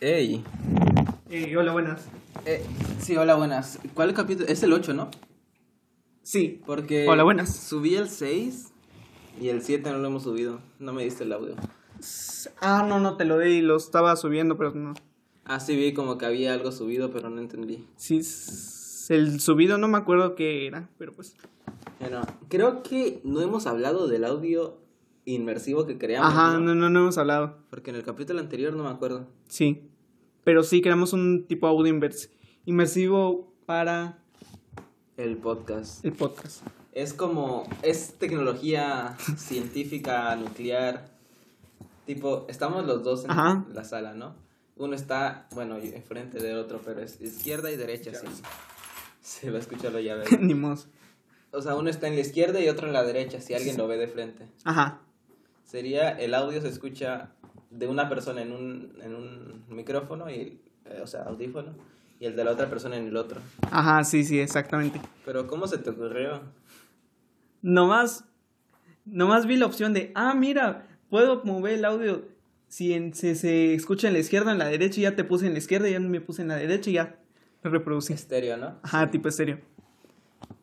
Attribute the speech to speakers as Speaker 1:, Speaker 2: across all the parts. Speaker 1: Ey.
Speaker 2: Eh, hola, buenas.
Speaker 1: Eh, sí, hola, buenas. ¿Cuál capítulo? Es el 8, ¿no?
Speaker 2: Sí.
Speaker 1: Porque.
Speaker 2: Hola, buenas.
Speaker 1: Subí el 6 y el 7 no lo hemos subido. No me diste el audio.
Speaker 2: Ah, no, no te lo di, lo estaba subiendo, pero no.
Speaker 1: Ah, sí, vi como que había algo subido, pero no entendí.
Speaker 2: Sí, s- el subido no me acuerdo qué era, pero pues.
Speaker 1: Bueno, creo que no hemos hablado del audio inmersivo que creamos.
Speaker 2: Ajá,
Speaker 1: ¿no?
Speaker 2: no, no, no hemos hablado.
Speaker 1: Porque en el capítulo anterior no me acuerdo.
Speaker 2: Sí. Pero sí creamos un tipo audio invers- inmersivo para
Speaker 1: El podcast.
Speaker 2: el podcast.
Speaker 1: Es como. Es tecnología científica, nuclear. Tipo, estamos los dos en
Speaker 2: Ajá.
Speaker 1: la sala, ¿no? Uno está, bueno, y- enfrente del otro, pero es izquierda y derecha, sí. Se va a escuchar la llave.
Speaker 2: Ni modo.
Speaker 1: O sea, uno está en la izquierda y otro en la derecha, si alguien lo ve de frente.
Speaker 2: Ajá.
Speaker 1: Sería el audio se escucha de una persona en un, en un micrófono, y, eh, o sea, audífono, y el de la otra persona en el otro.
Speaker 2: Ajá, sí, sí, exactamente.
Speaker 1: Pero, ¿cómo se te ocurrió?
Speaker 2: Nomás, nomás vi la opción de, ah, mira, puedo mover el audio. Si en- se, se escucha en la izquierda, en la derecha, y ya te puse en la izquierda, ya me puse en la derecha y ya lo reproducí.
Speaker 1: Estéreo, ¿no?
Speaker 2: Ajá, tipo estéreo.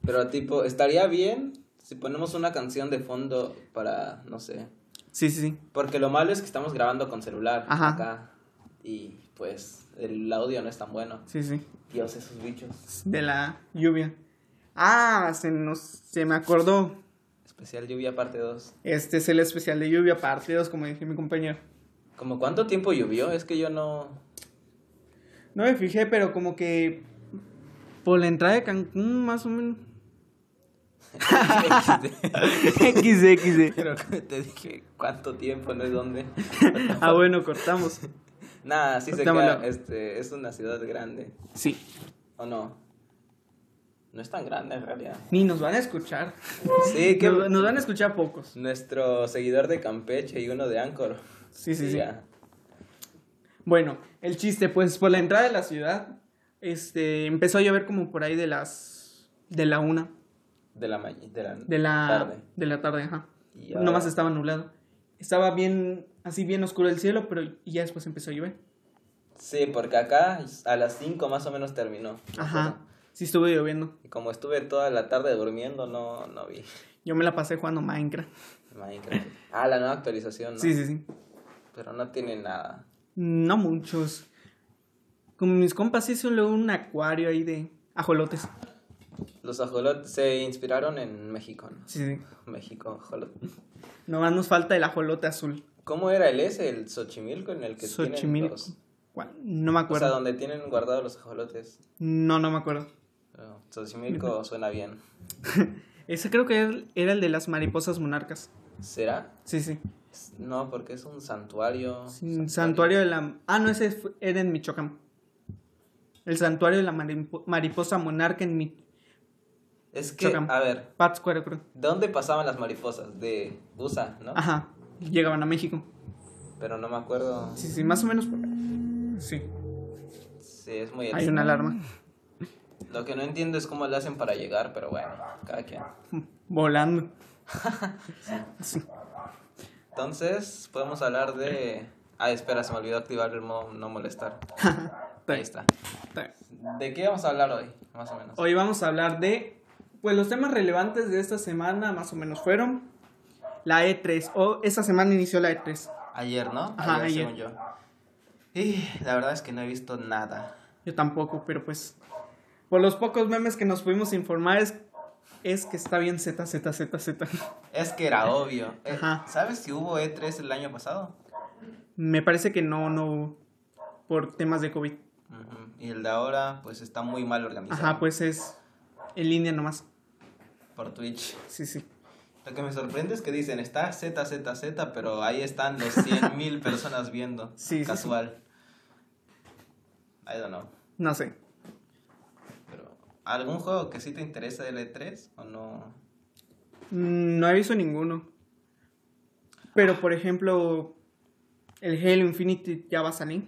Speaker 1: Pero, tipo, estaría bien si ponemos una canción de fondo para, no sé.
Speaker 2: Sí, sí, sí.
Speaker 1: Porque lo malo es que estamos grabando con celular
Speaker 2: Ajá.
Speaker 1: acá. Y, pues, el audio no es tan bueno.
Speaker 2: Sí, sí.
Speaker 1: Dios, esos bichos.
Speaker 2: De la lluvia. Ah, se nos, se me acordó.
Speaker 1: Especial lluvia parte 2.
Speaker 2: Este es el especial de lluvia partidos, como dije mi compañero.
Speaker 1: ¿Como cuánto tiempo llovió? Es que yo no...
Speaker 2: No me fijé, pero como que por la entrada de Cancún, más o menos. XD.
Speaker 1: Pero te dije cuánto tiempo, no es dónde.
Speaker 2: Ah, bueno, cortamos.
Speaker 1: Nada, sí sé
Speaker 2: Cortémoslo.
Speaker 1: que este, es una ciudad grande.
Speaker 2: Sí.
Speaker 1: ¿O no? No es tan grande en realidad.
Speaker 2: Ni nos van a escuchar.
Speaker 1: Sí, que
Speaker 2: Nos, nos van a escuchar pocos.
Speaker 1: nuestro seguidor de Campeche y uno de Áncor.
Speaker 2: Sí, sí, sí.
Speaker 1: ya.
Speaker 2: Bueno, el chiste, pues por la entrada de la ciudad, este, empezó a llover como por ahí de las. de la una.
Speaker 1: De la ma- de la,
Speaker 2: De la
Speaker 1: tarde.
Speaker 2: De la tarde, ajá.
Speaker 1: Y ahora-
Speaker 2: Nomás estaba nublado. Estaba bien, así bien oscuro el cielo, pero y ya después empezó a llover.
Speaker 1: Sí, porque acá a las 5 más o menos terminó.
Speaker 2: Ajá. Sí estuvo lloviendo.
Speaker 1: Y como estuve toda la tarde durmiendo, no, no vi
Speaker 2: Yo me la pasé jugando Minecraft.
Speaker 1: Minecraft. Ah, la nueva actualización, ¿no?
Speaker 2: Sí, sí, sí.
Speaker 1: Pero no tiene nada.
Speaker 2: No muchos. Con mis compas hice luego un acuario ahí de ajolotes.
Speaker 1: Los ajolotes se inspiraron en México, ¿no?
Speaker 2: Sí, sí.
Speaker 1: México, ajolote.
Speaker 2: Nomás nos falta el ajolote azul.
Speaker 1: ¿Cómo era el ese? ¿El Xochimilco en el que tienen
Speaker 2: Xochimilco.
Speaker 1: los...
Speaker 2: ¿Cuál? No me
Speaker 1: O sea,
Speaker 2: acuerdo.
Speaker 1: donde tienen guardados los ajolotes.
Speaker 2: no, no me acuerdo.
Speaker 1: Pero Xochimilco suena bien.
Speaker 2: Ese creo que era- era el de las mariposas monarcas.
Speaker 1: ¿Será?
Speaker 2: Sí, sí.
Speaker 1: No, porque es un santuario.
Speaker 2: Sí, santuario de la... Ah, no, ese fue- era en Michoacán. El santuario de la maripo- mariposa monarca en mi...
Speaker 1: Es que,
Speaker 2: Chocam.
Speaker 1: a ver,
Speaker 2: Pátzcuaro, creo.
Speaker 1: ¿dónde pasaban las mariposas? De USA, ¿no?
Speaker 2: Ajá. Llegaban a México.
Speaker 1: Pero no me acuerdo.
Speaker 2: Sí, sí, más o menos. Sí.
Speaker 1: Sí, es muy
Speaker 2: Hay una alarma.
Speaker 1: Lo que no entiendo es cómo le hacen para llegar, pero bueno, cada quien.
Speaker 2: Volando.
Speaker 1: Entonces, podemos hablar de. Ah, espera, se me olvidó activar el modo no molestar.
Speaker 2: Ta-
Speaker 1: Ahí está.
Speaker 2: ta-
Speaker 1: ¿De qué vamos a hablar hoy, más o menos?
Speaker 2: Hoy vamos a hablar de... Pues los temas relevantes de esta semana más o menos fueron... La E E3. O esta semana inició la E E3.
Speaker 1: Ayer, ¿no?
Speaker 2: Ajá, ayer.
Speaker 1: según yo. Y la verdad es que no he visto nada.
Speaker 2: Yo tampoco, pero pues. Por los pocos memes que nos pudimos informar es, es que está bien Z, Z, Z, Z.
Speaker 1: Es que era obvio. Eh,
Speaker 2: Ajá.
Speaker 1: ¿Sabes si hubo E3 el año pasado?
Speaker 2: Me parece que no, no. Por temas de COVID.
Speaker 1: Ujú. Y el de ahora, pues está muy mal organizado.
Speaker 2: Ajá, pues es en línea nomás.
Speaker 1: Por Twitch.
Speaker 2: Sí, sí.
Speaker 1: Lo que me sorprende es que dicen, está ZZZ, pero ahí están los 100.000 personas viendo.
Speaker 2: Sí, sí,
Speaker 1: Casual. I don't know.
Speaker 2: No sé.
Speaker 1: Pero, ¿algún juego que sí te interesa del E3 o no?
Speaker 2: Mm, No he visto ninguno. Pero por ejemplo, el Halo Infinity ya va a salir.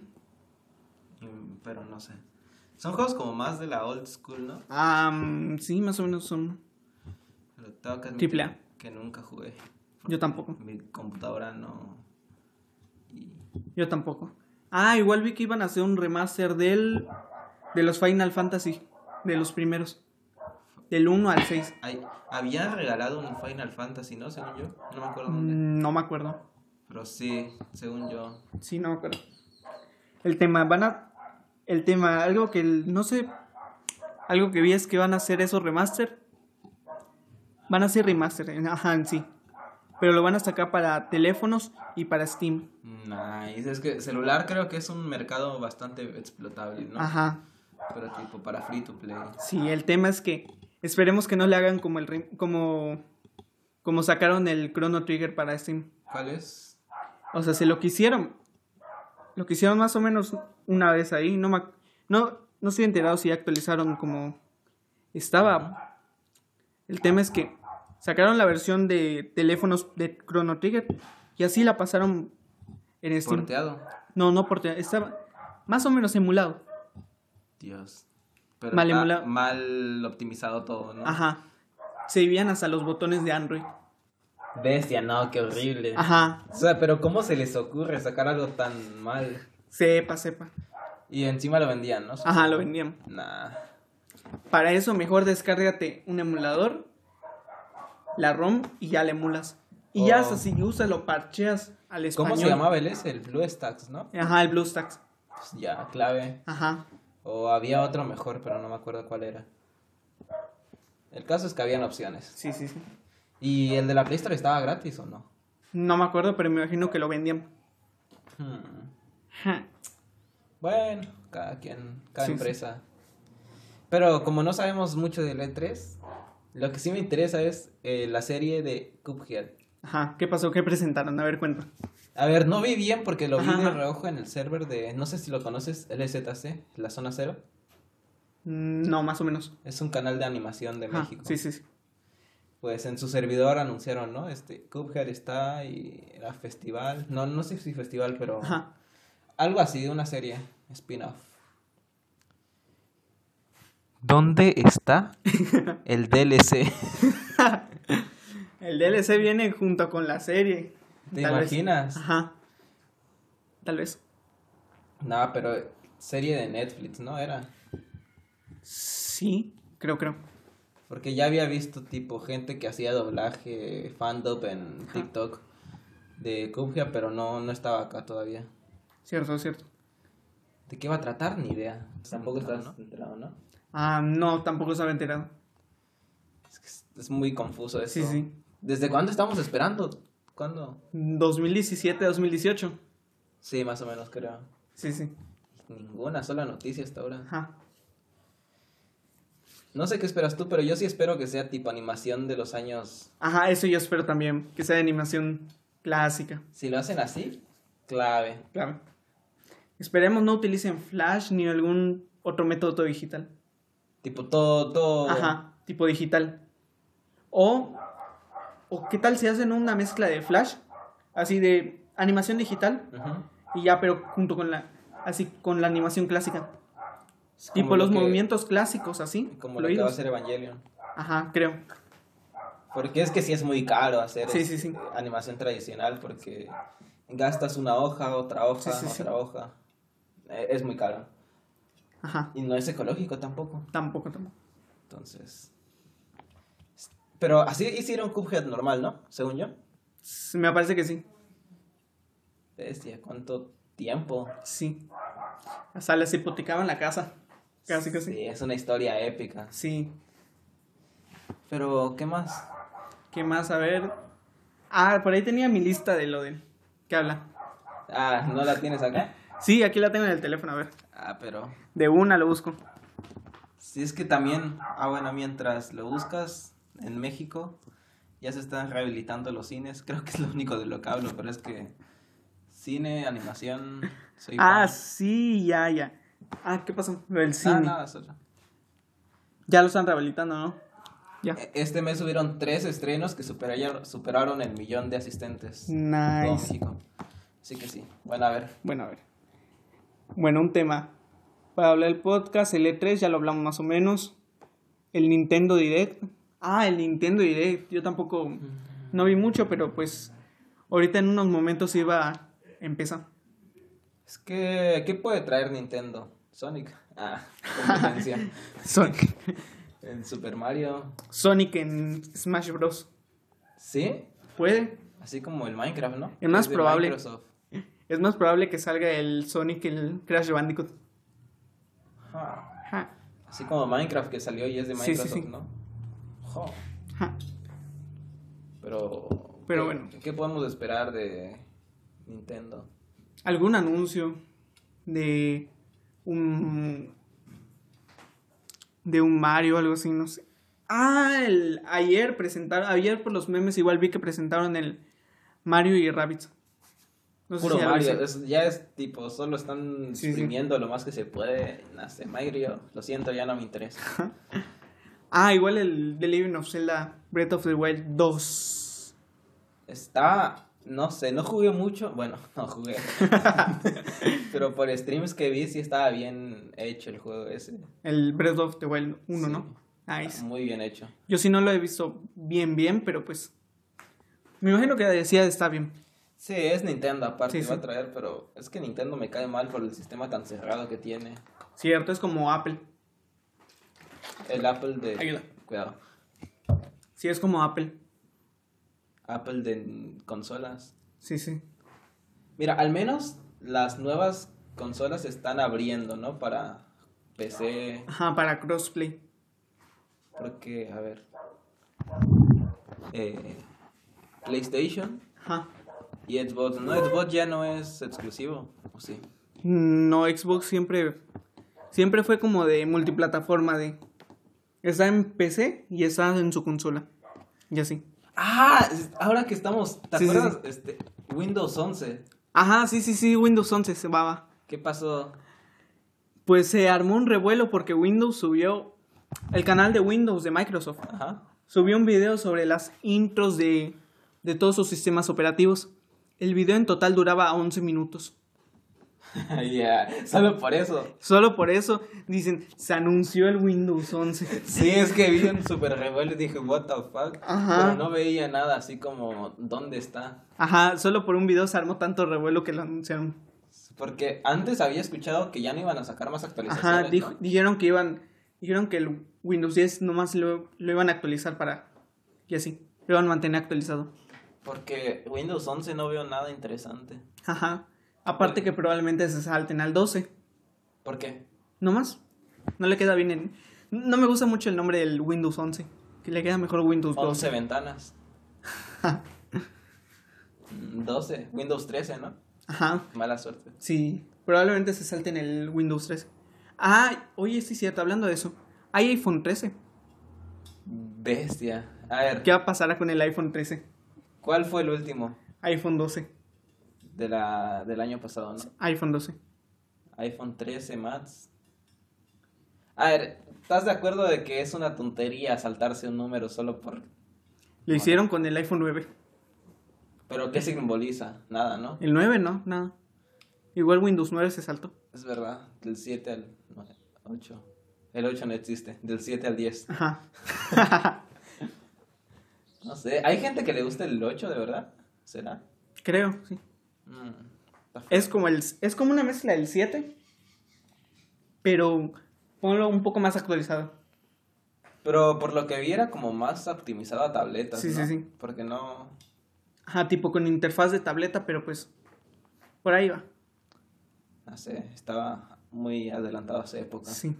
Speaker 1: Mm, Pero no sé. Son juegos como más de la old school, ¿no?
Speaker 2: Ah, mm, sí, más o menos son.
Speaker 1: Pero tengo que admitir
Speaker 2: Triple A.
Speaker 1: que nunca jugué.
Speaker 2: Yo tampoco.
Speaker 1: Mi computadora no. Y
Speaker 2: Yo tampoco. Ah, igual vi que iban a hacer un remaster del. de los Final Fantasy. De los primeros. Del 1 al 6.
Speaker 1: Ay, había regalado un Final Fantasy, ¿no? Según yo. No me acuerdo dónde.
Speaker 2: Mm, No me acuerdo.
Speaker 1: Pero sí, según yo.
Speaker 2: Sí, no me acuerdo. El tema, van a. El tema, algo que el- no sé. Algo que vi es que van a hacer esos remaster. Van a hacer remaster, en- ajá, en sí. Pero lo van a sacar para teléfonos y para Steam.
Speaker 1: Nice. Es que celular creo que es un mercado bastante explotable, ¿no?
Speaker 2: Ajá.
Speaker 1: Pero tipo para free to play.
Speaker 2: Sí, el tema es que esperemos que no le hagan como el re- como como sacaron el Chrono Trigger para Steam.
Speaker 1: ¿Cuál es?
Speaker 2: O sea, se lo quisieron. Lo quisieron más o menos una vez ahí, no me ac- no no estoy enterado si actualizaron como estaba. El tema es que sacaron la versión de teléfonos de Chrono Trigger y así la pasaron en Steam.
Speaker 1: Porteado.
Speaker 2: No, no porteado, estaba más o menos emulado.
Speaker 1: Dios. Pero
Speaker 2: Mal
Speaker 1: está
Speaker 2: emula-
Speaker 1: mal optimizado todo, ¿no?
Speaker 2: Ajá. Se vivían hasta los botones de Android.
Speaker 1: Bestia, no, qué horrible.
Speaker 2: Ajá.
Speaker 1: O sea, pero ¿cómo se les ocurre sacar algo tan mal?
Speaker 2: Sepa, sepa.
Speaker 1: Y encima lo vendían, ¿no?
Speaker 2: Ajá, lo vendían.
Speaker 1: Nah.
Speaker 2: Para eso mejor descárgate un emulador, la ROM y ya la emulas. Y ya
Speaker 1: Oh.
Speaker 2: hasta si usas lo parcheas al español.
Speaker 1: ¿Cómo se llamaba el ese? El BlueStacks, ¿no?
Speaker 2: Ajá, el BlueStacks.
Speaker 1: Pues ya, clave.
Speaker 2: Ajá.
Speaker 1: O había otro mejor, pero no me acuerdo cuál era. El caso es que habían opciones.
Speaker 2: Sí, sí, sí.
Speaker 1: ¿Y el de la Play Store estaba gratis o no?
Speaker 2: No me acuerdo, pero me imagino que lo vendían.
Speaker 1: Hmm.
Speaker 2: Ajá.
Speaker 1: Bueno, cada quien, cada
Speaker 2: Sí,
Speaker 1: empresa. Pero como no sabemos mucho del E3, lo que sí me interesa es eh, la serie de Cuphead.
Speaker 2: Ajá. ¿Qué pasó? ¿Qué presentaron? A ver, cuenta.
Speaker 1: A ver, no vi bien porque lo vi
Speaker 2: Ajá,
Speaker 1: de
Speaker 2: ajá.
Speaker 1: reojo en el server de, no sé si lo conoces, LZC, la zona cero.
Speaker 2: Mm, No, más o menos.
Speaker 1: Es un canal de animación de
Speaker 2: Ajá.
Speaker 1: México.
Speaker 2: Sí, sí, sí.
Speaker 1: Pues en su servidor anunciaron, ¿no? Este, Cuphead está y era festival. No, no sé si festival, pero
Speaker 2: Ajá.
Speaker 1: algo así de una serie, spin-off. ¿Dónde está el DLC?
Speaker 2: El DLC viene junto con la serie.
Speaker 1: ¿Te
Speaker 2: Tal vez.
Speaker 1: imaginas?
Speaker 2: Ajá. Tal vez.
Speaker 1: No, pero serie de Netflix, ¿no? Era.
Speaker 2: Sí, creo, creo.
Speaker 1: Porque ya había visto tipo gente que hacía doblaje, fandom en
Speaker 2: Ajá.
Speaker 1: TikTok de Cuphead, pero no, no estaba acá todavía.
Speaker 2: Cierto, cierto.
Speaker 1: ¿De qué va a tratar? Ni idea. Tampoco estás enterado, ¿no?
Speaker 2: Ah, no, tampoco se había enterado.
Speaker 1: Es, que es- es muy confuso eso.
Speaker 2: Sí, sí.
Speaker 1: ¿Desde cuándo estamos esperando? ¿Cuándo?
Speaker 2: 2017, 2018.
Speaker 1: Sí, más o menos creo.
Speaker 2: Sí, sí.
Speaker 1: Ninguna sola noticia hasta ahora.
Speaker 2: Ajá.
Speaker 1: No sé qué esperas tú, pero yo sí espero que sea tipo animación de los años.
Speaker 2: Ajá, eso yo espero también. Que sea de animación clásica.
Speaker 1: Si lo hacen así, clave.
Speaker 2: Claro. Esperemos no utilicen Flash ni algún otro método todo digital.
Speaker 1: Tipo todo, todo.
Speaker 2: Ajá, tipo digital. O, o qué tal si hacen una mezcla de Flash, así de animación digital
Speaker 1: Ujú.
Speaker 2: y ya, pero junto con la, así con la animación clásica.
Speaker 1: Es como
Speaker 2: Tipo los
Speaker 1: lo que-
Speaker 2: movimientos clásicos, así.
Speaker 1: Como lo que va a
Speaker 2: fluidos.
Speaker 1: hacer Evangelion.
Speaker 2: Ajá, creo.
Speaker 1: Porque es que sí es muy caro hacer
Speaker 2: Sí,
Speaker 1: este,
Speaker 2: sí, sí.
Speaker 1: animación tradicional porque gastas una hoja, otra hoja,
Speaker 2: Sí, sí, sí.
Speaker 1: otra hoja. Eh, Es muy caro.
Speaker 2: Ajá.
Speaker 1: Y no es ecológico tampoco.
Speaker 2: Tampoco, tampoco.
Speaker 1: Entonces. Pero así hicieron Cuphead normal, ¿no? Según yo.
Speaker 2: S- Me parece que sí.
Speaker 1: Bestia, ¿cuánto tiempo?
Speaker 2: Sí. Hasta les hipotecaban la casa. Casi, casi. Sí.
Speaker 1: Sí, es una historia épica. Pero, ¿qué más?
Speaker 2: ¿Qué más? A ver. Ah, por ahí tenía mi lista de lo de. ¿Qué habla?
Speaker 1: Ah, ¿no la tienes acá?
Speaker 2: Sí, aquí la tengo en el teléfono, a ver.
Speaker 1: Ah, pero.
Speaker 2: De una lo busco.
Speaker 1: Si es que también. Ah, bueno, mientras lo buscas en México, ya se están rehabilitando los cines. Creo que es lo único de lo que hablo, pero es que. Cine, animación. Soy fan.
Speaker 2: ah, sí, ya, ya. Ah, ¿qué pasó? Lo del cine.
Speaker 1: Ah, nada, es otra.
Speaker 2: Ya lo están rehabilitando, ¿no? Ya.
Speaker 1: E- Este mes subieron tres estrenos que superaron, superaron el millón de asistentes. en todo
Speaker 2: Nice.
Speaker 1: México. Así que sí. Bueno, a ver.
Speaker 2: Bueno, a ver. Bueno, un tema. Para hablar del podcast, el E3, ya lo hablamos más o menos. El Nintendo Direct. Ah, el Nintendo Direct. Yo tampoco no vi mucho, pero pues ahorita en unos momentos iba a empezar.
Speaker 1: Es que, ¿qué puede traer Nintendo? Sonic. Ah, competencia.
Speaker 2: Sonic.
Speaker 1: en Super Mario.
Speaker 2: Sonic en Smash Bros.
Speaker 1: ¿Sí?
Speaker 2: Puede.
Speaker 1: Así como el Minecraft, ¿no?
Speaker 2: Es más
Speaker 1: de
Speaker 2: probable.
Speaker 1: Microsoft.
Speaker 2: Es más probable que salga el Sonic en el Crash Bandicoot.
Speaker 1: Ajá.
Speaker 2: Ja,
Speaker 1: Ah, Así como Minecraft que salió y es de
Speaker 2: Sí, sí,
Speaker 1: Microsoft,
Speaker 2: sí.
Speaker 1: ¿no? Jo.
Speaker 2: ja.
Speaker 1: Pero.
Speaker 2: Pero
Speaker 1: ¿qué-
Speaker 2: bueno.
Speaker 1: ¿Qué podemos esperar de Nintendo?
Speaker 2: ¿Algún anuncio de un. de un Mario algo así? No sé. Ah, el- ayer presentaron. Ayer por los memes igual vi que presentaron el Mario y Rabbit. No sé
Speaker 1: Puro
Speaker 2: si ya lo
Speaker 1: Mario,
Speaker 2: hice.
Speaker 1: es- ya es tipo, solo están
Speaker 2: Sí, sí.
Speaker 1: exprimiendo lo más que se puede. Nace Mario, lo siento, ya no me interesa.
Speaker 2: Ah, igual el The Living of Zelda Breath of the Wild 2.
Speaker 1: Está, no sé, no jugué mucho, bueno, no jugué. Pero por streams que vi sí estaba bien hecho el juego ese.
Speaker 2: El Breath of the Wild 1,
Speaker 1: Sí.
Speaker 2: ¿no? Nice.
Speaker 1: Muy bien hecho.
Speaker 2: Yo sí no lo he visto bien, bien, pero pues. Me imagino que decía está bien.
Speaker 1: Sí, es Nintendo aparte,
Speaker 2: Sí, sí.
Speaker 1: va a traer, pero es que Nintendo me cae mal por el sistema tan cerrado que tiene.
Speaker 2: Cierto, es como Apple.
Speaker 1: El Apple de...
Speaker 2: Ayuda.
Speaker 1: Cuidado.
Speaker 2: Sí, es como Apple.
Speaker 1: Apple de consolas.
Speaker 2: Sí, sí.
Speaker 1: Mira, al menos las nuevas consolas se están abriendo, ¿no? Para PC,
Speaker 2: Ajá, para crossplay.
Speaker 1: porque, a ver, eh, PlayStation
Speaker 2: Ajá.
Speaker 1: y Xbox. No, Xbox ya no es exclusivo, ¿o sí?
Speaker 2: No, Xbox siempre. Siempre fue como de multiplataforma de. Está en PC y está en su consola. Y así.
Speaker 1: Ah, es- ahora que estamos, ¿te
Speaker 2: Sí, sí,
Speaker 1: acuerdas? Este, Windows 11,
Speaker 2: Ajá, sí, sí, sí, Windows 11 se va, va.
Speaker 1: ¿qué pasó?
Speaker 2: Pues se armó un revuelo porque Windows subió. El canal de Windows de Microsoft
Speaker 1: Ajá.
Speaker 2: subió un video sobre las intros de, de todos sus sistemas operativos. El video en total duraba 11 minutos.
Speaker 1: Ya, solo por eso.
Speaker 2: Solo por eso dicen, se anunció el Windows 11.
Speaker 1: Sí, es que vi un super revuelo y dije, what the fuck.
Speaker 2: Ajá.
Speaker 1: Pero no veía nada así como, ¿dónde está?
Speaker 2: Ajá, solo por un video se armó tanto revuelo que lo anunciaron.
Speaker 1: Porque antes había escuchado que ya no iban a sacar más actualizaciones.
Speaker 2: Ajá,
Speaker 1: ¿no?
Speaker 2: dijo- dijeron que iban, dijeron que el Windows 10 nomás lo, lo iban a actualizar para, y así, lo iban a mantener actualizado.
Speaker 1: Porque Windows 11 no veo nada interesante.
Speaker 2: Ajá, aparte que probablemente se salten al 12,
Speaker 1: ¿Por qué?
Speaker 2: nomás. No le queda bien en, no me gusta mucho el nombre del Windows 11, que le queda mejor Windows 12.
Speaker 1: 11 ventanas. Mm, 12. Windows 13, ¿no?
Speaker 2: Ajá,
Speaker 1: Mala suerte.
Speaker 2: Sí, probablemente se salte en el Windows 13. Ah, oye, sí, cierto, hablando de eso. Hay iPhone 13.
Speaker 1: Bestia. A ver,
Speaker 2: ¿Qué va a pasar con el iPhone 13?
Speaker 1: ¿cuál fue el último
Speaker 2: iPhone 12.
Speaker 1: de la, del año pasado, no?
Speaker 2: iPhone 12.
Speaker 1: iPhone 13 Max. A ver, ¿estás de acuerdo de que es una tontería saltarse un número solo por...
Speaker 2: Lo hicieron con el iPhone 9.
Speaker 1: Pero ¿qué simboliza? Nada, ¿no?
Speaker 2: El 9, no, nada. Igual Windows 9 se saltó.
Speaker 1: Es verdad, del 7 al 8. El 8 no existe, del 7 al 10.
Speaker 2: Ajá.
Speaker 1: No sé, hay gente que le gusta el 8, ¿de verdad? ¿Será?
Speaker 2: Creo, sí.
Speaker 1: Mm, está feo.
Speaker 2: Es como, el, es como una mezcla del 7, pero ponlo un poco más actualizado.
Speaker 1: Pero por lo que vi era como más optimizada a tabletas,
Speaker 2: Sí,
Speaker 1: ¿no?
Speaker 2: sí, sí.
Speaker 1: Porque no...
Speaker 2: Ajá, tipo con interfaz de tableta, pero pues por ahí va.
Speaker 1: No sé, estaba muy adelantado a esa época.
Speaker 2: Sí.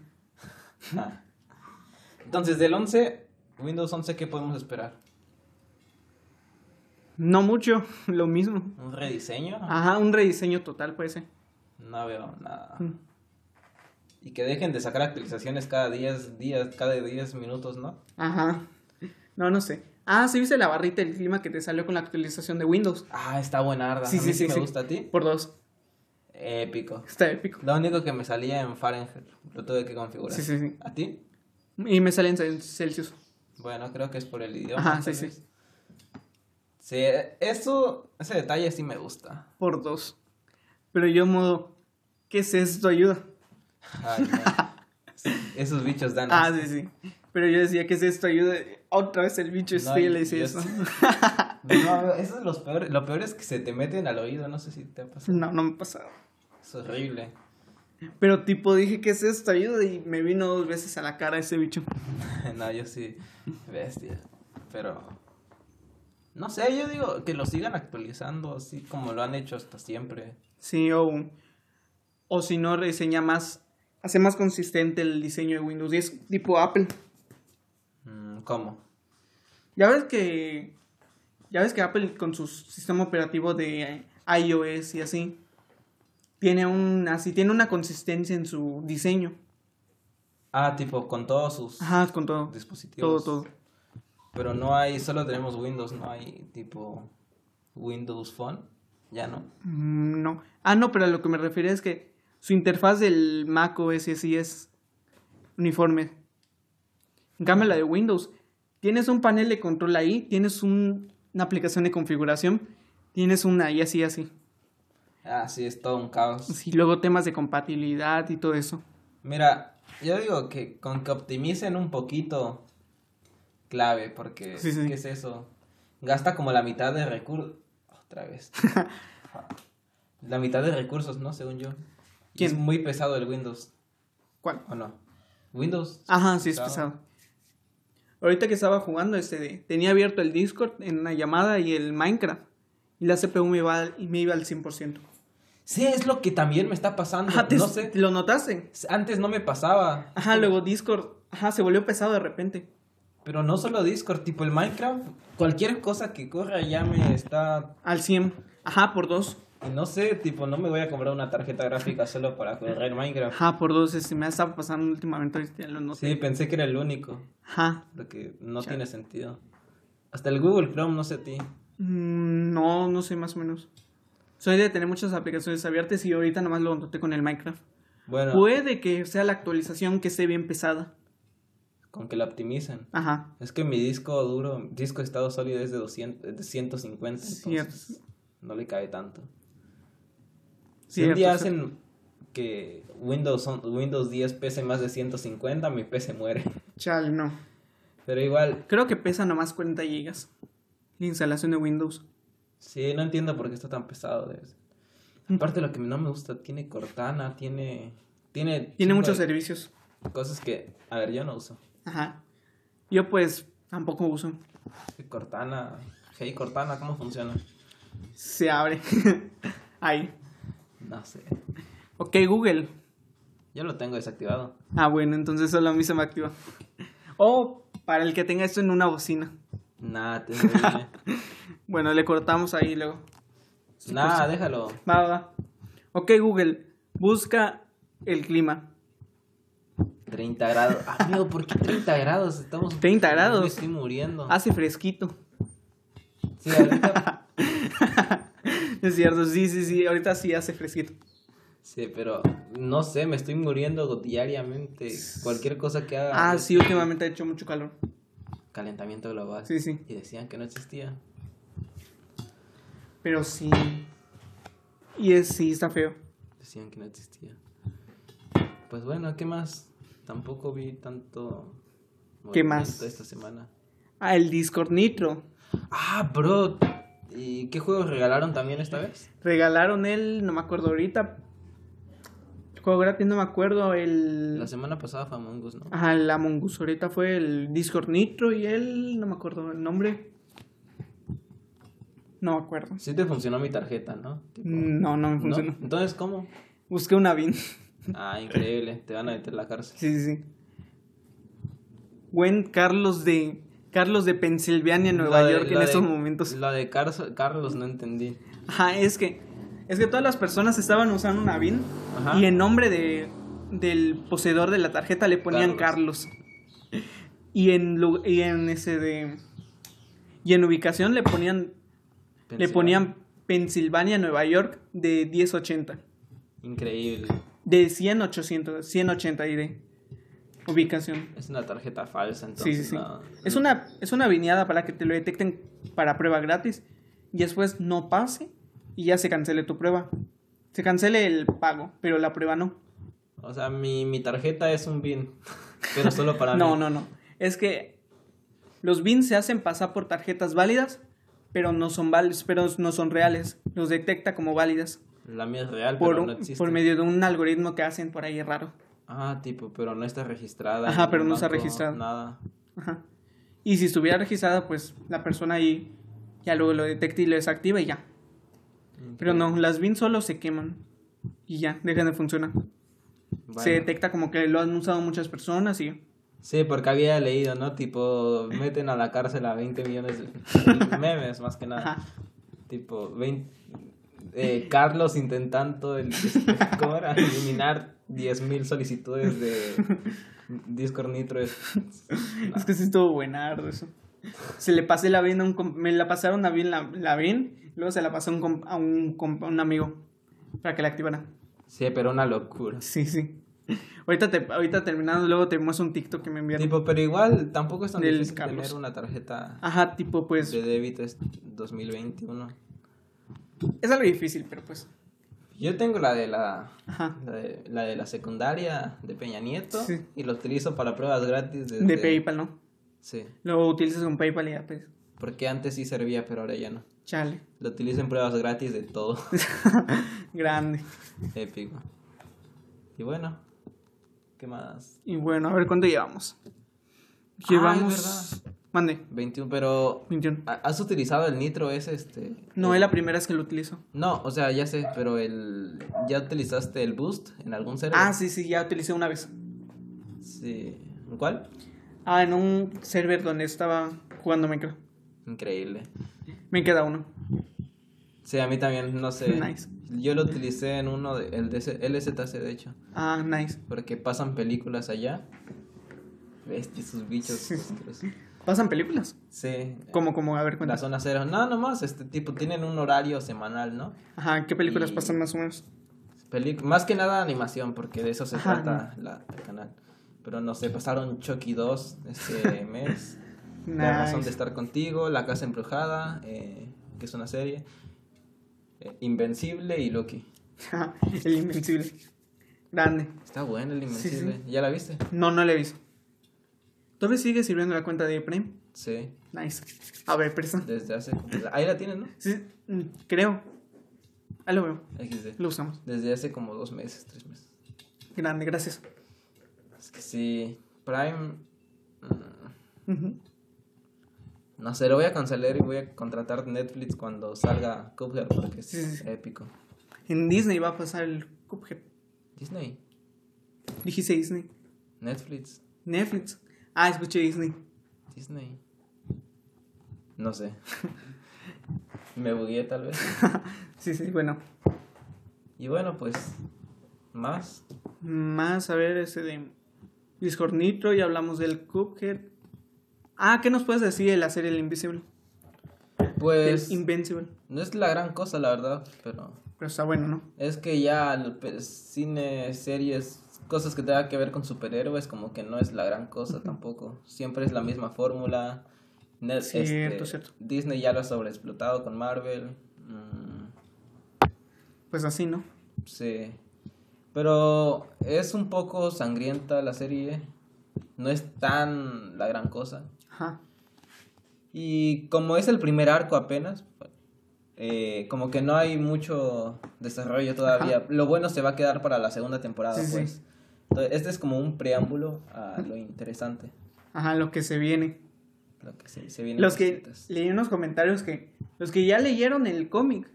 Speaker 1: Ah. Entonces, del 11, Windows 11, ¿qué podemos esperar?
Speaker 2: No mucho, lo mismo.
Speaker 1: ¿Un rediseño?
Speaker 2: Ajá, un rediseño total puede ser.
Speaker 1: No veo nada.
Speaker 2: Mm.
Speaker 1: Y que dejen de sacar actualizaciones cada 10 días, cada 10 minutos, ¿no?
Speaker 2: Ajá. No, no sé. Ah, sí viste la barrita del clima que te salió con la actualización de Windows.
Speaker 1: Ah, está buenarda.
Speaker 2: Sí,
Speaker 1: a mí
Speaker 2: sí,
Speaker 1: sí,
Speaker 2: sí,
Speaker 1: me
Speaker 2: sí.
Speaker 1: gusta a ti.
Speaker 2: Por dos.
Speaker 1: Épico.
Speaker 2: Está épico.
Speaker 1: Lo único que me salía en Fahrenheit, lo tuve que configurar.
Speaker 2: Sí, sí, sí.
Speaker 1: ¿A ti?
Speaker 2: Y me salen en Celsius.
Speaker 1: Bueno, creo que es por el idioma.
Speaker 2: Ajá, sí,
Speaker 1: tal
Speaker 2: sí.
Speaker 1: vez. Sí, eso, ese detalle sí me gusta.
Speaker 2: Por dos. Pero yo modo. ¿Qué es esto? Ayuda.
Speaker 1: Ay, no. Esos bichos dan.
Speaker 2: Ah,
Speaker 1: asco.
Speaker 2: sí, sí. Pero yo decía, ¿qué es esto? Ayuda. Otra vez el bicho
Speaker 1: No,
Speaker 2: este y le
Speaker 1: yo
Speaker 2: decía eso.
Speaker 1: No, eso es los peor, lo peor es que se te meten al oído, no sé si te ha pasado.
Speaker 2: No, no me ha pasado.
Speaker 1: Es horrible.
Speaker 2: Pero tipo dije, ¿qué es esto? Ayuda y me vino dos veces a la cara ese bicho.
Speaker 1: no, yo sí, bestia. Pero. No sé, yo digo que lo sigan actualizando así como lo han hecho hasta siempre.
Speaker 2: Sí, o, o si no, reseña más, hace más consistente el diseño de Windows 10, tipo Apple.
Speaker 1: Mm, ¿Cómo?
Speaker 2: Ya ves que, ya ves que Apple con su sistema operativo de iOS y así, tiene un, así, tiene una consistencia en su diseño.
Speaker 1: Ah, tipo, con todos sus
Speaker 2: Ajá, con todo, todo,
Speaker 1: dispositivos.
Speaker 2: todo.
Speaker 1: Pero no hay, solo tenemos Windows, no hay tipo Windows Phone. Ya no.
Speaker 2: Mm, No. Ah, no, pero a lo que me refería es que su interfaz del Mac OS y así es uniforme. En cambio, la de Windows, tienes un panel de control ahí, tienes un- una aplicación de configuración, tienes una y así, así.
Speaker 1: Ah, sí, es todo un caos.
Speaker 2: Y luego temas de compatibilidad y todo eso.
Speaker 1: Mira, yo digo que con que optimicen un poquito, clave, porque
Speaker 2: Sí, sí, sí.
Speaker 1: ¿qué es eso? Gasta como la mitad de recursos. Otra vez. la mitad de recursos, ¿no? Según yo. Y
Speaker 2: ¿Quién?
Speaker 1: Es muy pesado el Windows,
Speaker 2: ¿Cuál?
Speaker 1: ¿o no? Windows.
Speaker 2: Ajá, sí, es pesado. Ahorita que estaba jugando, este, de- tenía abierto el Discord en una llamada y el Minecraft. Y la CPU me iba al, me iba al 100%.
Speaker 1: Sí, es lo que también me está pasando.
Speaker 2: Ajá, te-
Speaker 1: Ah, no sé.
Speaker 2: ¿Lo notaste?
Speaker 1: Antes no me pasaba.
Speaker 2: Ajá, luego Discord, ajá, se volvió pesado de repente.
Speaker 1: Pero no solo Discord, tipo el Minecraft. Cualquier cosa que corra ya me está.
Speaker 2: Al 100. Ajá, por dos.
Speaker 1: y No sé, tipo, no me voy a comprar una tarjeta gráfica solo para correr Minecraft.
Speaker 2: Ajá, por dos. Este, me ha estado pasando últimamente, ahorita ya lo noté.
Speaker 1: Sí, pensé que era el único,
Speaker 2: Ajá.
Speaker 1: lo que no
Speaker 2: Chale.
Speaker 1: tiene sentido. Hasta el Google Chrome, no sé a ti.
Speaker 2: Mm, no, no sé, más o menos. Soy de tener muchas aplicaciones abiertas y ahorita nomás lo noté con el Minecraft.
Speaker 1: Bueno,
Speaker 2: Puede que sea la actualización que esté bien pesada.
Speaker 1: con que la optimicen.
Speaker 2: Ajá.
Speaker 1: Es que mi disco duro, disco de estado sólido es de, 200, es de 150, entonces
Speaker 2: Cierto.
Speaker 1: no le cae tanto. Si un
Speaker 2: Cierto,
Speaker 1: día
Speaker 2: cierto.
Speaker 1: hacen que Windows, on- Windows 10 pese más de 150, mi PC muere.
Speaker 2: Chale, no.
Speaker 1: Pero igual,
Speaker 2: Creo que pesa nomás 40 gigas. La instalación de Windows.
Speaker 1: sí, no entiendo por qué está tan pesado. de eso.
Speaker 2: Mm.
Speaker 1: Aparte, lo que no me gusta, tiene Cortana, tiene... Tiene,
Speaker 2: Tiene
Speaker 1: chingo
Speaker 2: muchos
Speaker 1: de
Speaker 2: servicios.
Speaker 1: Cosas que, a ver, yo no uso.
Speaker 2: Ajá. Yo pues tampoco uso.
Speaker 1: Cortana. Hey Cortana, ¿cómo funciona?
Speaker 2: Se abre. Ahí.
Speaker 1: No sé.
Speaker 2: Ok, Google.
Speaker 1: Yo lo tengo desactivado.
Speaker 2: Ah, bueno, entonces solo a mí se me activa. O para el que tenga esto en una bocina.
Speaker 1: Nada, te horrible.
Speaker 2: Bueno, le cortamos ahí luego.
Speaker 1: Nada,
Speaker 2: pues.
Speaker 1: déjalo.
Speaker 2: Va, va, va. Ok, Google, busca el clima.
Speaker 1: 30 grados. Amigo, ¿por qué 30 grados? Estamos.
Speaker 2: 30 grados. Ah,
Speaker 1: Me estoy muriendo.
Speaker 2: Hace fresquito.
Speaker 1: Sí, ahorita.
Speaker 2: Es cierto, sí, sí, sí, ahorita sí hace fresquito.
Speaker 1: Sí, pero no sé, me estoy muriendo diariamente. Cualquier cosa que haga.
Speaker 2: Ah,
Speaker 1: es
Speaker 2: sí, últimamente ha hecho mucho calor.
Speaker 1: Calentamiento global.
Speaker 2: Sí, sí.
Speaker 1: Y decían que no existía.
Speaker 2: Pero sí. Y es, sí, está feo.
Speaker 1: Decían que no existía. Pues bueno, ¿qué más? Tampoco vi tanto.
Speaker 2: ¿Qué
Speaker 1: movimiento
Speaker 2: más?
Speaker 1: Esta semana.
Speaker 2: Ah, el Discord Nitro.
Speaker 1: Ah, bro. ¿Y qué juegos regalaron también esta vez?
Speaker 2: Regalaron el, no me acuerdo ahorita. Juego gratis, no me acuerdo. El.
Speaker 1: La semana pasada fue Among Us, ¿no?
Speaker 2: Ajá, la Mongus ahorita fue el Discord Nitro y el. No me acuerdo el nombre. No me acuerdo.
Speaker 1: Sí te funcionó mi tarjeta, ¿no? Tipo,
Speaker 2: No, no me
Speaker 1: ¿no?
Speaker 2: funcionó.
Speaker 1: Entonces, ¿cómo?
Speaker 2: Busqué una BIN.
Speaker 1: Ah, increíble. Te van a meter a la cárcel.
Speaker 2: Sí, sí, sí. Buen Carlos de. Carlos de Pensilvania, Nueva
Speaker 1: La de-
Speaker 2: York
Speaker 1: la
Speaker 2: en
Speaker 1: de-
Speaker 2: estos momentos.
Speaker 1: La de Carso- Carlos no entendí.
Speaker 2: Ajá, es que. Es que todas las personas estaban usando una BIN
Speaker 1: Ajá.
Speaker 2: y en nombre de, del poseedor de la tarjeta le ponían Carlos.
Speaker 1: Carlos.
Speaker 2: Y en, lu- y en ese de. Y en ubicación le ponían Le
Speaker 1: Pensilvania.
Speaker 2: ponían Pensilvania, Nueva York de 1080.
Speaker 1: Increíble.
Speaker 2: De 100, 800, 180 diré. Ubicación.
Speaker 1: Es una tarjeta falsa,
Speaker 2: Sí,
Speaker 1: entonces.
Speaker 2: sí, sí.
Speaker 1: no-
Speaker 2: Es una, es una viñada para que te lo detecten para prueba gratis. Y después no pase y ya se cancele tu prueba. Se cancele el pago, pero la prueba no.
Speaker 1: O sea, mi, mi tarjeta es un bin. Pero solo para
Speaker 2: No,
Speaker 1: mí.
Speaker 2: no, no. Es que los bins se hacen pasar por tarjetas válidas, pero no son válidas, pero no son reales. Los detecta como válidas.
Speaker 1: La mía es real,
Speaker 2: por,
Speaker 1: pero
Speaker 2: un-
Speaker 1: no existe.
Speaker 2: por medio de un algoritmo que hacen por ahí raro.
Speaker 1: Ah, tipo, pero no está registrada.
Speaker 2: Ajá,
Speaker 1: en
Speaker 2: pero no está
Speaker 1: banco,
Speaker 2: registrada.
Speaker 1: Nada.
Speaker 2: Ajá. Y si estuviera registrada, pues la persona ahí ya luego lo detecta y lo desactiva y ya. Pero no, las BIN solo se queman y ya, dejan de funcionar.
Speaker 1: Bueno.
Speaker 2: Se detecta como que lo han usado muchas personas y...
Speaker 1: Sí, porque había leído, ¿no? Tipo, meten a la cárcel a 20 millones de memes, más que nada.
Speaker 2: Ajá.
Speaker 1: Tipo, 20... eh, Carlos intentando el... este, ¿cómo era? eliminar 10.000 solicitudes de Discord Nitro. Es...
Speaker 2: Es que sí estuvo buenardo eso. Se le pasé la BIN a un... com- Me la pasaron a BIN la, la BIN, luego se la pasó a un, com- a un, com- a un amigo para que la activara.
Speaker 1: Sí, pero una locura.
Speaker 2: Sí, sí. Ahorita, te, ahorita terminando, luego te muestro un TikTok que me enviaron.
Speaker 1: Tipo, pero igual tampoco es tan
Speaker 2: Del
Speaker 1: difícil
Speaker 2: Carlos.
Speaker 1: tener una tarjeta
Speaker 2: Ajá, tipo, pues...
Speaker 1: de débito es 2021.
Speaker 2: Es algo difícil, pero pues...
Speaker 1: Yo tengo la de la,
Speaker 2: Ajá.
Speaker 1: la de la, de la secundaria de Peña Nieto
Speaker 2: Sí.
Speaker 1: y lo utilizo para pruebas gratis desde-
Speaker 2: De PayPal, ¿no?
Speaker 1: Sí,
Speaker 2: Lo utilizas con PayPal y ya, pues...
Speaker 1: porque antes sí servía, pero ahora ya no.
Speaker 2: Chale.
Speaker 1: Lo utilizo en pruebas gratis de todo.
Speaker 2: Grande.
Speaker 1: Épico. Y bueno, ¿qué más?
Speaker 2: Y bueno, a ver cuánto llevamos.
Speaker 1: es
Speaker 2: Llevamos. Mande,
Speaker 1: 21, pero
Speaker 2: 21.
Speaker 1: ¿ha- ¿has utilizado el Nitro ese este?
Speaker 2: No,
Speaker 1: el-
Speaker 2: es la primera vez que lo utilizo.
Speaker 1: No, o sea, ya sé, pero el ¿ya utilizaste el Boost en algún server?
Speaker 2: Ah, sí, sí, ya utilicé una vez.
Speaker 1: Sí. ¿En cuál?
Speaker 2: Ah, en un server donde estaba jugando Minecraft.
Speaker 1: Increíble.
Speaker 2: Me queda uno.
Speaker 1: Sí, a mí también, no sé.
Speaker 2: Nice.
Speaker 1: Yo lo utilicé en uno de, el de ese- LZC, de hecho,
Speaker 2: Ah, nice.
Speaker 1: porque pasan películas allá. Bestia, esos bichos. asquerosos.
Speaker 2: ¿Pasan películas?
Speaker 1: Sí.
Speaker 2: Como, como, a ver
Speaker 1: La
Speaker 2: cuántas.
Speaker 1: zona cero. No, nomás, este tipo, tienen un horario semanal, ¿no?
Speaker 2: Ajá, ¿qué películas
Speaker 1: Y-
Speaker 2: pasan más o menos?
Speaker 1: Pelic- más que nada animación, porque de eso se
Speaker 2: Ajá,
Speaker 1: trata la, el canal. Pero no sé, pasaron Chucky 2 este mes. La razón de
Speaker 2: Nice.
Speaker 1: estar contigo, La casa embrujada, eh, que es una serie. eh, Invencible y Loki.
Speaker 2: Ajá, El Invencible. Grande.
Speaker 1: Está bueno el
Speaker 2: Sí, sí.
Speaker 1: Invencible. ¿Ya la viste?
Speaker 2: No, no le aviso. ¿Todavía sigue sirviendo la cuenta de Prime?
Speaker 1: Sí,
Speaker 2: Nice. A ver, presa.
Speaker 1: desde hace. Ahí la tienen, ¿no?
Speaker 2: Sí, mm, creo. Ahí lo veo.
Speaker 1: XD.
Speaker 2: Lo usamos.
Speaker 1: Desde hace como dos meses, tres meses.
Speaker 2: Grande, gracias.
Speaker 1: Es que sí, Prime. mm,
Speaker 2: Ujú.
Speaker 1: No sé, lo voy a cancelar y voy a contratar Netflix cuando salga Cuphead porque es
Speaker 2: Sí, sí, sí.
Speaker 1: épico.
Speaker 2: En Disney va a pasar el Cuphead.
Speaker 1: Disney,
Speaker 2: Dijiste Disney.
Speaker 1: Netflix,
Speaker 2: Netflix. Ah, escuché Disney.
Speaker 1: Disney. No sé. Me bugué tal vez.
Speaker 2: Sí, sí, bueno.
Speaker 1: Y bueno, pues. Más.
Speaker 2: Más, a ver, ese de Discord Nitro, ya hablamos del Cuphead. Ah, ¿qué nos puedes decir de la serie El Invisible?
Speaker 1: Pues.
Speaker 2: El Invincible.
Speaker 1: No es la gran cosa, la verdad, pero.
Speaker 2: Pero está bueno, ¿no?
Speaker 1: Es que ya el pe- cine, series, cosas que tengan que ver con superhéroes, como que no es la gran cosa tampoco. Siempre es la misma fórmula. Ne-
Speaker 2: Cierto, cierto.
Speaker 1: Disney ya lo ha sobreexplotado con Marvel. mm,
Speaker 2: Pues así, ¿no?
Speaker 1: sí. Pero es un poco sangrienta la serie. No es tan la gran cosa.
Speaker 2: Ajá.
Speaker 1: Y como es el primer arco apenas, eh, como que no hay mucho desarrollo todavía.
Speaker 2: Ajá.
Speaker 1: Lo bueno se va a quedar para la segunda temporada,
Speaker 2: Sí, sí.
Speaker 1: pues. Entonces, este es como un preámbulo a lo interesante,
Speaker 2: Ajá, lo que se viene.
Speaker 1: lo que se, se viene.
Speaker 2: Los que
Speaker 1: cositas.
Speaker 2: leí unos comentarios que los que ya leyeron el cómic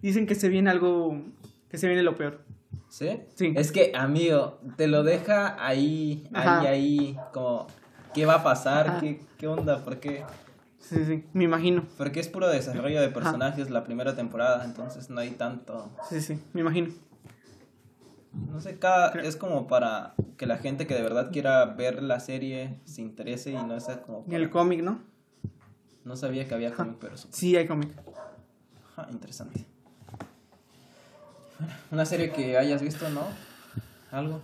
Speaker 2: dicen que se viene algo que se viene lo peor.
Speaker 1: ¿Sí?
Speaker 2: Sí.
Speaker 1: Es que, amigo, te lo deja ahí,
Speaker 2: Ajá.
Speaker 1: ahí, ahí, como, ¿qué va a pasar?
Speaker 2: Ajá.
Speaker 1: ¿Qué, ¿Qué onda? ¿Por qué?
Speaker 2: Sí, sí, me imagino.
Speaker 1: Porque es puro desarrollo de personajes la primera temporada, entonces no hay tanto...
Speaker 2: Sí, sí, me imagino.
Speaker 1: No sé, cada, es como para que la gente que de verdad quiera ver la serie se interese y no sea como...
Speaker 2: Y
Speaker 1: para-
Speaker 2: el cómic, ¿no?
Speaker 1: no sabía que había cómic, pero sup-
Speaker 2: Sí, hay cómic.
Speaker 1: ajá, interesante. Una serie que hayas visto, ¿no? Algo.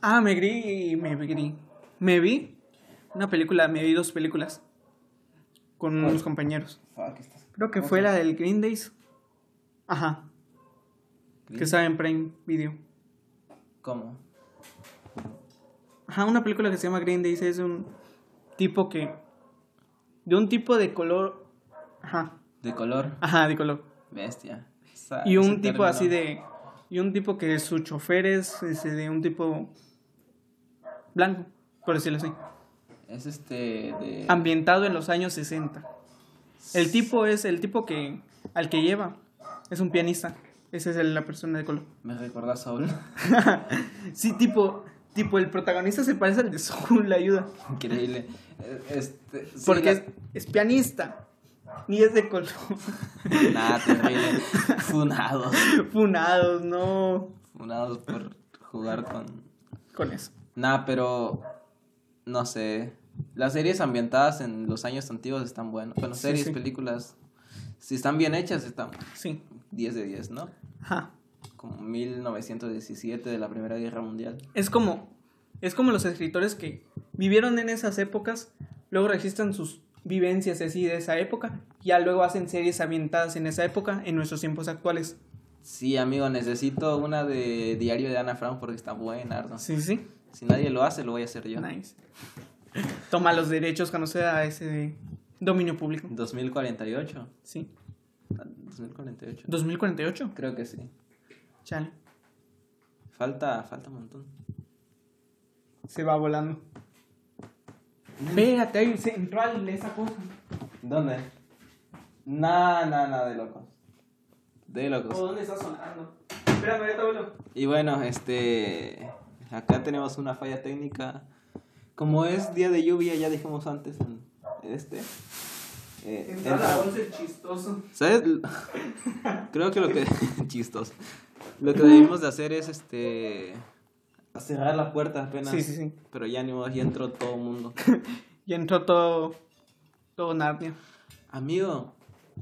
Speaker 2: Ah, me vi, me vi, me vi una película, me vi dos películas con unos compañeros.
Speaker 1: Fuck, estás-
Speaker 2: Creo que
Speaker 1: ¿cómo
Speaker 2: fue
Speaker 1: se
Speaker 2: la
Speaker 1: llama?
Speaker 2: del Green Days. Ajá, que
Speaker 1: Green-
Speaker 2: está en Prime Video.
Speaker 1: ¿Cómo?
Speaker 2: Ajá, una película que se llama Green Days es de un tipo que de un tipo de color, ajá,
Speaker 1: De color.
Speaker 2: ajá, de color.
Speaker 1: Bestia. esa-
Speaker 2: Y un
Speaker 1: ese
Speaker 2: tipo así
Speaker 1: término.
Speaker 2: de. Y un tipo que su chofer es ese de un tipo blanco, por decirlo así.
Speaker 1: Es este de...
Speaker 2: Ambientado en los años 60. El tipo es el tipo que. al que lleva. Es un pianista. Esa es el- la persona de color.
Speaker 1: Me recuerda a Soul.
Speaker 2: sí, tipo. Tipo, el protagonista se parece al de Soul, la ayuda.
Speaker 1: Increíble. Eh, Este, sí,
Speaker 2: Porque
Speaker 1: la-
Speaker 2: es, es pianista. Y es de color.
Speaker 1: Nada, terrible. Funados.
Speaker 2: Funados, no.
Speaker 1: Funados por jugar con...
Speaker 2: Con eso.
Speaker 1: Nada, pero... No sé. Las series ambientadas en los años antiguos están buenas. Bueno,
Speaker 2: Sí,
Speaker 1: series,
Speaker 2: sí.
Speaker 1: películas... Si están bien hechas, están
Speaker 2: Sí.
Speaker 1: 10 de 10, ¿no?
Speaker 2: Ajá.
Speaker 1: Como 1917 de la Primera Guerra Mundial.
Speaker 2: Es como, es como los escritores que vivieron en esas épocas, luego registran sus vivencias así de esa época, ya luego hacen series ambientadas en esa época, en nuestros tiempos actuales.
Speaker 1: Sí, amigo, necesito una de Diario de Ana Frank porque está buena. Arno.
Speaker 2: Sí, sí.
Speaker 1: Si nadie lo hace, lo voy a hacer yo.
Speaker 2: Nice. Toma los derechos cuando sea ese dominio público.
Speaker 1: 2048.
Speaker 2: Sí.
Speaker 1: 2048.
Speaker 2: 2048.
Speaker 1: Creo que sí.
Speaker 2: Chale.
Speaker 1: Falta, falta un montón.
Speaker 2: Se va volando. Espérate, hay un central de esa cosa.
Speaker 1: ¿Dónde? Nada, nada, nada de locos. De locos.
Speaker 2: ¿O Oh, dónde está sonando? Espérame, ahorita vuelvo.
Speaker 1: Y bueno, este. Acá tenemos una falla técnica. Como es día de lluvia, ya dijimos antes en este. eh,
Speaker 2: Entra la
Speaker 1: entra-
Speaker 2: voz del chistoso.
Speaker 1: ¿Sabes? Creo que lo que. Chistos. Lo que debimos de hacer es este. Cerrar la puerta apenas.
Speaker 2: Sí, sí, sí.
Speaker 1: Pero ya ni modo, ya entró todo el mundo.
Speaker 2: Y entró todo. Todo Narnia.
Speaker 1: Amigo,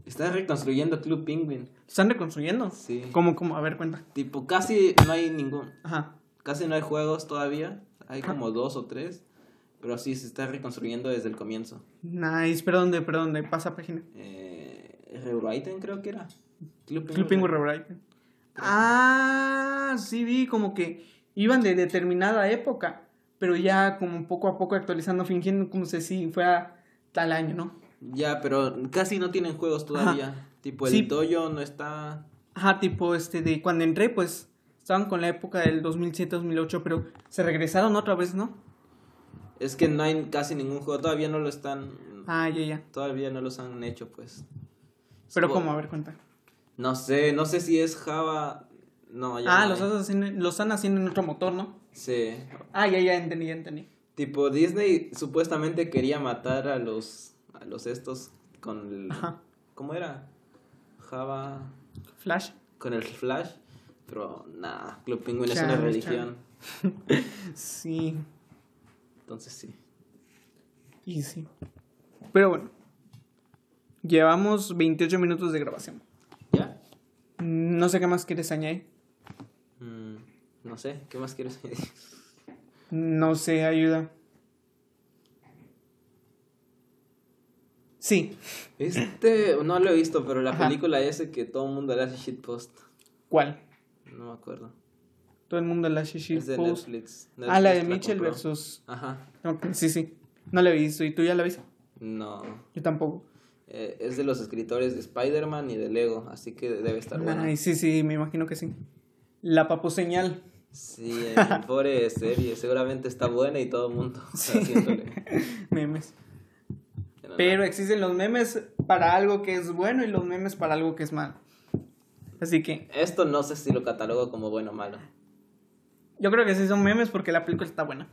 Speaker 1: estás reconstruyendo Club Penguin.
Speaker 2: ¿Están reconstruyendo?
Speaker 1: Sí.
Speaker 2: ¿Cómo, cómo? A ver, cuenta.
Speaker 1: Tipo, casi no hay ningún.
Speaker 2: Ajá.
Speaker 1: Casi no hay juegos todavía. Hay como dos o tres. Pero sí, se está reconstruyendo desde el comienzo.
Speaker 2: Nice, pero ¿dónde, pero dónde? Pasa página.
Speaker 1: Eh, Rewriten creo que era. Club
Speaker 2: Club Penguin Rewrite. Pues Ah, sí vi como que iban de determinada época, pero ya como poco a poco actualizando, fingiendo como si sí fuera tal año, ¿no?
Speaker 1: Ya, pero casi no tienen juegos todavía. Tipo, el
Speaker 2: Sí.
Speaker 1: Dojo no está.
Speaker 2: Ajá, tipo este de cuando entré, pues estaban con la época del 2007-2008, pero se regresaron otra vez, ¿no?
Speaker 1: Es que no hay casi ningún juego, todavía no lo están,
Speaker 2: Ah, ya, ya.
Speaker 1: todavía no los han hecho, pues.
Speaker 2: Pero
Speaker 1: Supo-
Speaker 2: ¿cómo? A ver, cuenta.
Speaker 1: No sé, no sé si es Java, no, ya
Speaker 2: Ah,
Speaker 1: no
Speaker 2: los,
Speaker 1: hay.
Speaker 2: hacen- los están haciendo en otro motor, ¿no?
Speaker 1: Sí,
Speaker 2: Ah, ya, ya, entendí, ya entendí.
Speaker 1: tipo Disney supuestamente quería matar a los, a los estos con el,
Speaker 2: Ajá.
Speaker 1: ¿cómo era? Java,
Speaker 2: Flash.
Speaker 1: con el Flash, pero nada, Club Penguin es
Speaker 2: Chale,
Speaker 1: una
Speaker 2: chale.
Speaker 1: religión,
Speaker 2: Sí,
Speaker 1: entonces sí.
Speaker 2: y sí. Pero bueno, llevamos 28 minutos de grabación.
Speaker 1: ¿Ya?
Speaker 2: No sé qué más quieres añadir.
Speaker 1: Mm, no sé, ¿qué más quieres decir?
Speaker 2: No sé, ayuda. Sí,
Speaker 1: Este, no lo he visto, pero la
Speaker 2: Ajá.
Speaker 1: película ese que todo el mundo le hace shitpost.
Speaker 2: ¿cuál?
Speaker 1: No me acuerdo.
Speaker 2: Todo el mundo la shishi
Speaker 1: es de
Speaker 2: post.
Speaker 1: Netflix.
Speaker 2: Ah, la de
Speaker 1: Netflix
Speaker 2: Mitchell
Speaker 1: compró.
Speaker 2: versus.
Speaker 1: Ajá.
Speaker 2: Ok, sí, sí. No la he visto. ¿Y tú ya la viste?
Speaker 1: No.
Speaker 2: Yo tampoco.
Speaker 1: Eh, es de los escritores de Spider-Man y de Lego, así que debe estar bueno.
Speaker 2: Ay, sí, sí, me imagino que sí. La papo señal.
Speaker 1: Sí, eh, pobre serie. Seguramente está buena y todo el mundo está haciéndole.
Speaker 2: Memes.
Speaker 1: Pero no.
Speaker 2: Pero existen los memes para algo que es bueno y los memes para algo que es malo. Así que
Speaker 1: Esto no sé si lo catalogo como bueno o malo.
Speaker 2: yo creo que sí son memes porque la película está buena.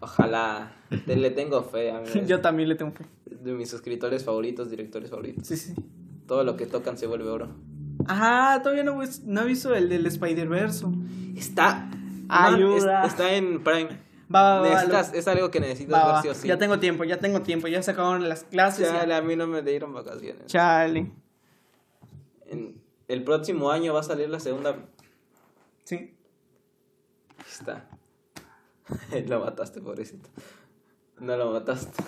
Speaker 1: Ojalá. Te- le tengo fe a mí. es
Speaker 2: Yo también le tengo fe.
Speaker 1: De mis escritores favoritos, directores favoritos.
Speaker 2: Sí, sí.
Speaker 1: Todo lo que tocan se vuelve oro.
Speaker 2: Ajá, todavía no, vis- no he visto el del Spider-Verse.
Speaker 1: Está.
Speaker 2: Ayuda.
Speaker 1: Man, es- está en Prime.
Speaker 2: Va, va, va,
Speaker 1: Necesitas- es algo que
Speaker 2: lo-
Speaker 1: necesitas
Speaker 2: va,
Speaker 1: ver
Speaker 2: va.
Speaker 1: sí o sí.
Speaker 2: Ya tengo tiempo, ya tengo tiempo. Ya se acabaron las clases. ya.
Speaker 1: Chale, a mí no me dieron vacaciones.
Speaker 2: Chale.
Speaker 1: En- el próximo año va a salir la segunda. Aquí
Speaker 2: Sí.
Speaker 1: Está. lo mataste, pobrecito. No lo mataste.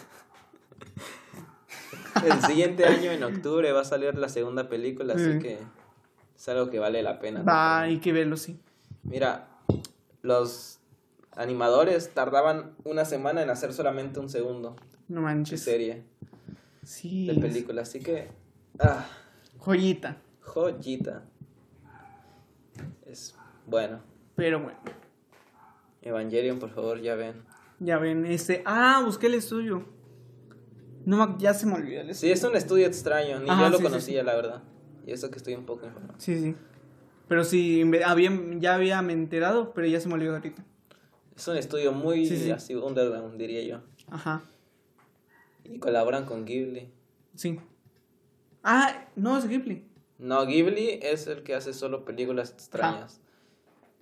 Speaker 1: el siguiente año, en octubre, va a salir la segunda película, así
Speaker 2: Mm.
Speaker 1: que es algo que vale la pena. ¿no?
Speaker 2: Va, hay que verlo, sí.
Speaker 1: Mira, los animadores tardaban una semana en hacer solamente un segundo
Speaker 2: No
Speaker 1: de
Speaker 2: manches.
Speaker 1: serie,
Speaker 2: Sí.
Speaker 1: de película, así que. ah,
Speaker 2: Joyita.
Speaker 1: joyita. Es bueno.
Speaker 2: Pero bueno,
Speaker 1: Evangelion, por favor, ya ven.
Speaker 2: ya ven, este. Ah, busqué el estudio. No, ma- ya se me olvidó el
Speaker 1: Sí,
Speaker 2: estudio.
Speaker 1: es un estudio extraño, ni
Speaker 2: Ajá,
Speaker 1: yo lo
Speaker 2: sí, sí,
Speaker 1: conocía, la verdad. Y eso que estoy un poco informado.
Speaker 2: Sí, sí. Pero sí, en ve- había, ya había me enterado, pero ya se me olvidó ahorita.
Speaker 1: Es un estudio muy
Speaker 2: Sí, sí.
Speaker 1: así, underground, diría yo.
Speaker 2: Ajá,
Speaker 1: Y colaboran con Ghibli.
Speaker 2: sí. Ah, no, es Ghibli.
Speaker 1: No, Ghibli es el que hace solo películas extrañas.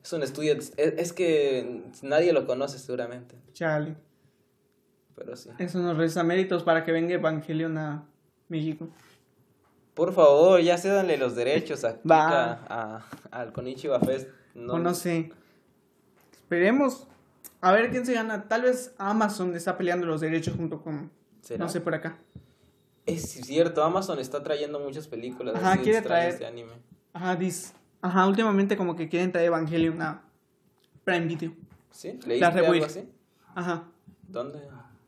Speaker 1: Es un estudio, ex- es, es que nadie lo conoce seguramente,
Speaker 2: Chale.
Speaker 1: pero sí.
Speaker 2: Eso nos resta méritos para que venga Evangelion a México.
Speaker 1: Por favor, ya cédanle los derechos a,
Speaker 2: Va.
Speaker 1: a, a- al Konichiwa Fest. No,
Speaker 2: O no sé. Esperemos. A ver quién se gana. Tal vez Amazon está peleando los derechos junto con.
Speaker 1: ¿Será?
Speaker 2: No sé por acá.
Speaker 1: Es cierto, Amazon está trayendo muchas películas
Speaker 2: Ajá,
Speaker 1: así
Speaker 2: quiere
Speaker 1: extrañas
Speaker 2: traer-
Speaker 1: de anime.
Speaker 2: Ajá, dis. Ajá, últimamente como que quieren traer Evangelion a Prime Video.
Speaker 1: ¿Sí? ¿Leíste algo
Speaker 2: rebuild.
Speaker 1: así?
Speaker 2: Ajá.
Speaker 1: ¿Dónde?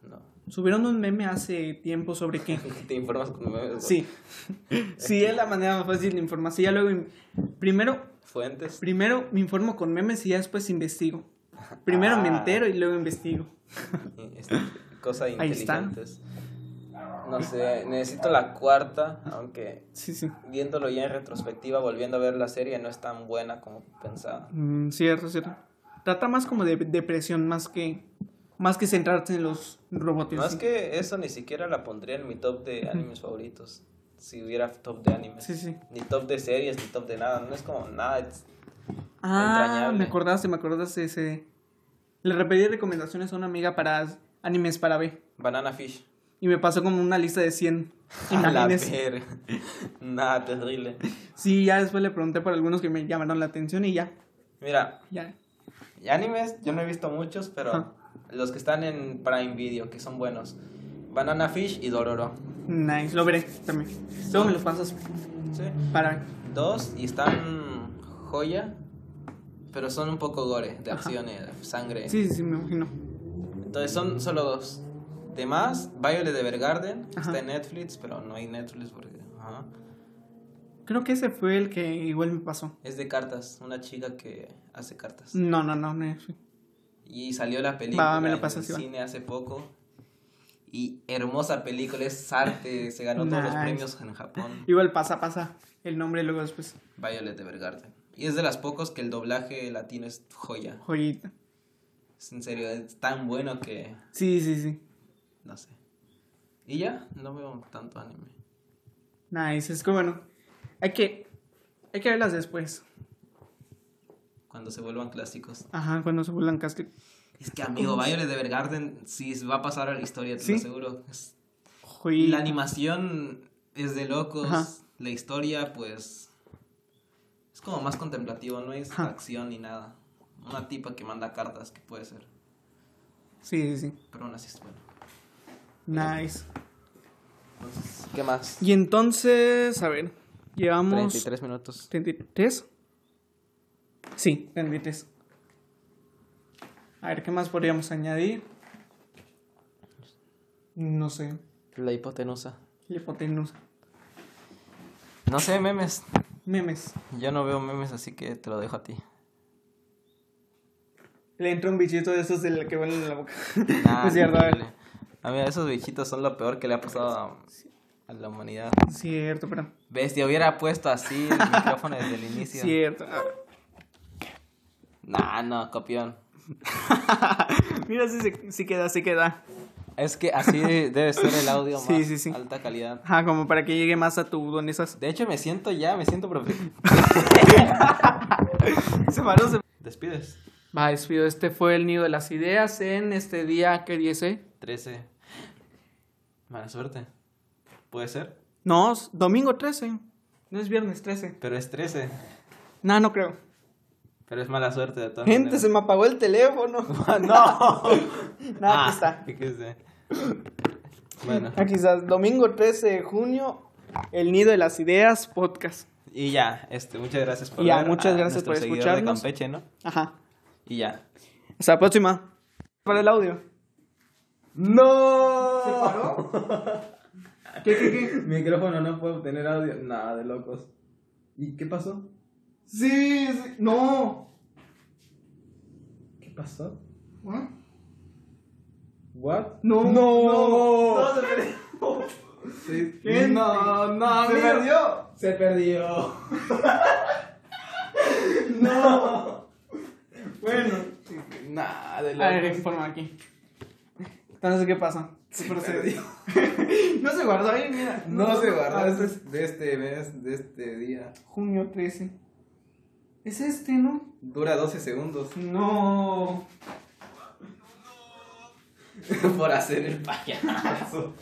Speaker 1: No.
Speaker 2: Subieron un meme hace tiempo sobre que.
Speaker 1: Te informas con memes,
Speaker 2: Sí. Sí, es la manera más fácil de informarse. Ya luego. in- Primero,
Speaker 1: fuentes.
Speaker 2: primero me informo con memes y ya después investigo. Primero me
Speaker 1: Ah.
Speaker 2: entero y luego investigo.
Speaker 1: Este, cosas
Speaker 2: Ahí está.
Speaker 1: inteligentes. No sé, necesito la cuarta, aunque
Speaker 2: Sí, sí.
Speaker 1: viéndolo ya en retrospectiva, volviendo a ver la serie, no es tan buena como pensaba.
Speaker 2: Mm, cierto, cierto. Trata más como de depresión, más que más que centrarse en los robots.
Speaker 1: No es
Speaker 2: sí.
Speaker 1: que eso ni siquiera la pondría en mi top de animes favoritos. Si hubiera top de animes.
Speaker 2: Sí, sí.
Speaker 1: Ni top de series, ni top de nada. No es como nada. es-
Speaker 2: Ah,
Speaker 1: entrañable.
Speaker 2: me acordaste, me acordaste ese. Le repetí recomendaciones a una amiga para animes para B.
Speaker 1: Banana Fish.
Speaker 2: Y me pasó como una lista de 100
Speaker 1: A la
Speaker 2: imágenes.
Speaker 1: ver. nada, terrible.
Speaker 2: Sí, ya después le pregunté por algunos que me llamaron la atención y ya.
Speaker 1: Mira,
Speaker 2: ya.
Speaker 1: Y Animes, yo no he visto muchos, pero
Speaker 2: Ajá.
Speaker 1: los que están en Prime Video, que son buenos. Banana Fish y Dororo.
Speaker 2: Nice, lo veré también. Luego me los pasas
Speaker 1: ¿sí?
Speaker 2: para B.
Speaker 1: Dos, y están joya, pero son un poco gore, de acciones, sangre.
Speaker 2: Sí, sí, sí, me imagino.
Speaker 1: Entonces son solo dos. Demás, Violet Evergarden,
Speaker 2: Ajá.
Speaker 1: está en Netflix, pero no hay Netflix porque... ajá.
Speaker 2: Creo que ese fue el que igual me pasó.
Speaker 1: Es de cartas, una chica que hace cartas.
Speaker 2: No, no, no, no. sí.
Speaker 1: Y salió la película
Speaker 2: me lo
Speaker 1: en
Speaker 2: pasas
Speaker 1: el
Speaker 2: igual.
Speaker 1: cine hace poco. Y hermosa película, es arte, se ganó todos los
Speaker 2: Nice.
Speaker 1: premios en Japón.
Speaker 2: Igual pasa, pasa el nombre luego después.
Speaker 1: Violet Evergarden. Y es de las pocos que el doblaje latino es joya.
Speaker 2: Joyita.
Speaker 1: Es en serio, es tan bueno que
Speaker 2: Sí, sí, sí.
Speaker 1: no sé. Y ya, no veo tanto anime.
Speaker 2: Nice. Es que bueno. Hay que. Hay que verlas después.
Speaker 1: Cuando se vuelvan clásicos.
Speaker 2: Ajá, cuando se vuelvan casque.
Speaker 1: Es que amigo, Violet Evergarden sí va a pasar a la historia, te
Speaker 2: ¿Sí?
Speaker 1: lo aseguro. Es- La
Speaker 2: Joyita.
Speaker 1: animación es de locos.
Speaker 2: Ajá.
Speaker 1: La historia, pues. Es como más contemplativo, no es
Speaker 2: Ajá.
Speaker 1: acción ni nada. Una tipa que manda cartas, que puede ser.
Speaker 2: Sí, sí, sí.
Speaker 1: Pero aún así es bueno.
Speaker 2: Nice.
Speaker 1: Entonces, ¿qué más?
Speaker 2: Y entonces, a ver. Llevamos. 33.
Speaker 1: 33 minutos.
Speaker 2: Sí, 33. A ver, ¿qué más podríamos añadir? No sé.
Speaker 1: La hipotenusa.
Speaker 2: La hipotenusa.
Speaker 1: No sé, memes.
Speaker 2: Memes.
Speaker 1: Yo no veo memes, así que te lo dejo a ti.
Speaker 2: Le entra un bichito de esos del que vuelan en la boca.
Speaker 1: Ah,
Speaker 2: es cierto, a ver.
Speaker 1: terrible. A mí Ah, esos bichitos son lo peor que le ha pasado a, a la humanidad.
Speaker 2: Cierto, pero.
Speaker 1: Bestia, hubiera puesto así el micrófono desde el inicio.
Speaker 2: Cierto. Ah, A ver.
Speaker 1: Nah, no, copión.
Speaker 2: Mira si, se- si queda, si queda.
Speaker 1: Es que así debe ser el audio más
Speaker 2: Sí, sí, sí.
Speaker 1: alta calidad.
Speaker 2: Ajá, como para que llegue más a tu don esas.
Speaker 1: De hecho, me siento ya, me siento profe.
Speaker 2: Se paró, se-
Speaker 1: Despides.
Speaker 2: Va, despido. Este fue el nido de las ideas en este día que dice.
Speaker 1: 13. Mala suerte. Puede ser,
Speaker 2: No, es domingo 13. No es viernes 13.
Speaker 1: pero es 13.
Speaker 2: No, no creo.
Speaker 1: Pero es mala suerte de todas
Speaker 2: Gente, se me apagó el teléfono.
Speaker 1: No.
Speaker 2: No, aquí
Speaker 1: Ah,
Speaker 2: está.
Speaker 1: Fíjese. Bueno,
Speaker 2: Aquí está. Domingo 13 de junio, el nido de las ideas podcast.
Speaker 1: y ya, este, muchas gracias por
Speaker 2: Y ya,
Speaker 1: ver
Speaker 2: muchas
Speaker 1: a
Speaker 2: gracias
Speaker 1: nuestro
Speaker 2: por
Speaker 1: seguidor
Speaker 2: escucharnos.
Speaker 1: De Campeche, ¿no?
Speaker 2: Ajá.
Speaker 1: Y ya.
Speaker 2: Hasta la próxima. Para el audio.
Speaker 1: ¡No!
Speaker 2: ¿Se paró? ¿Qué, qué, qué?
Speaker 1: Micrófono no puede obtener audio. Nada, de locos. ¿Y qué pasó?
Speaker 3: Sí, sí. No.
Speaker 2: ¿Qué pasó?
Speaker 3: ¿What?
Speaker 2: ¿What?
Speaker 3: No.
Speaker 2: No.
Speaker 3: No,
Speaker 1: se perdió.
Speaker 3: Sí.
Speaker 2: Gente.
Speaker 3: No, no,
Speaker 2: Se
Speaker 3: amigo.
Speaker 2: perdió. Se perdió. no. Bueno.
Speaker 1: Nah, de
Speaker 2: A ver,
Speaker 1: locos.
Speaker 2: informa aquí. Entonces, ¿qué pasa?
Speaker 3: Se perdió.
Speaker 2: No se guardó ahí, mira.
Speaker 3: No se guardó
Speaker 2: Ah,
Speaker 3: este es de este mes, de este día.
Speaker 2: Junio 13. Es este, ¿no?
Speaker 3: Dura 12 segundos
Speaker 2: No.
Speaker 3: por hacer el payaso.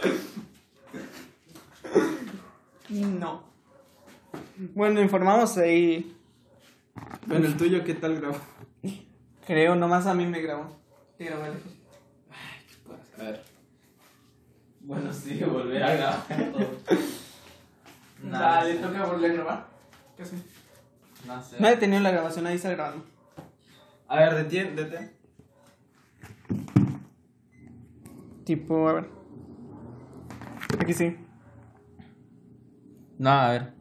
Speaker 2: No. Bueno, informamos ahí.
Speaker 1: Bueno, el tuyo, ¿qué tal grabó?
Speaker 2: Creo, nomás a mí me grabó. Te grabó lejos.
Speaker 1: Pues, A ver. Bueno, sí, volver a grabar. Nah, no sé.
Speaker 2: toca volver a grabar. ¿Qué sé?
Speaker 1: No sé.
Speaker 2: No he tenido la grabación, ahí está grabando.
Speaker 1: A ver, detén, detén.
Speaker 2: Tipo, a ver. Aquí sí.
Speaker 1: No, a ver.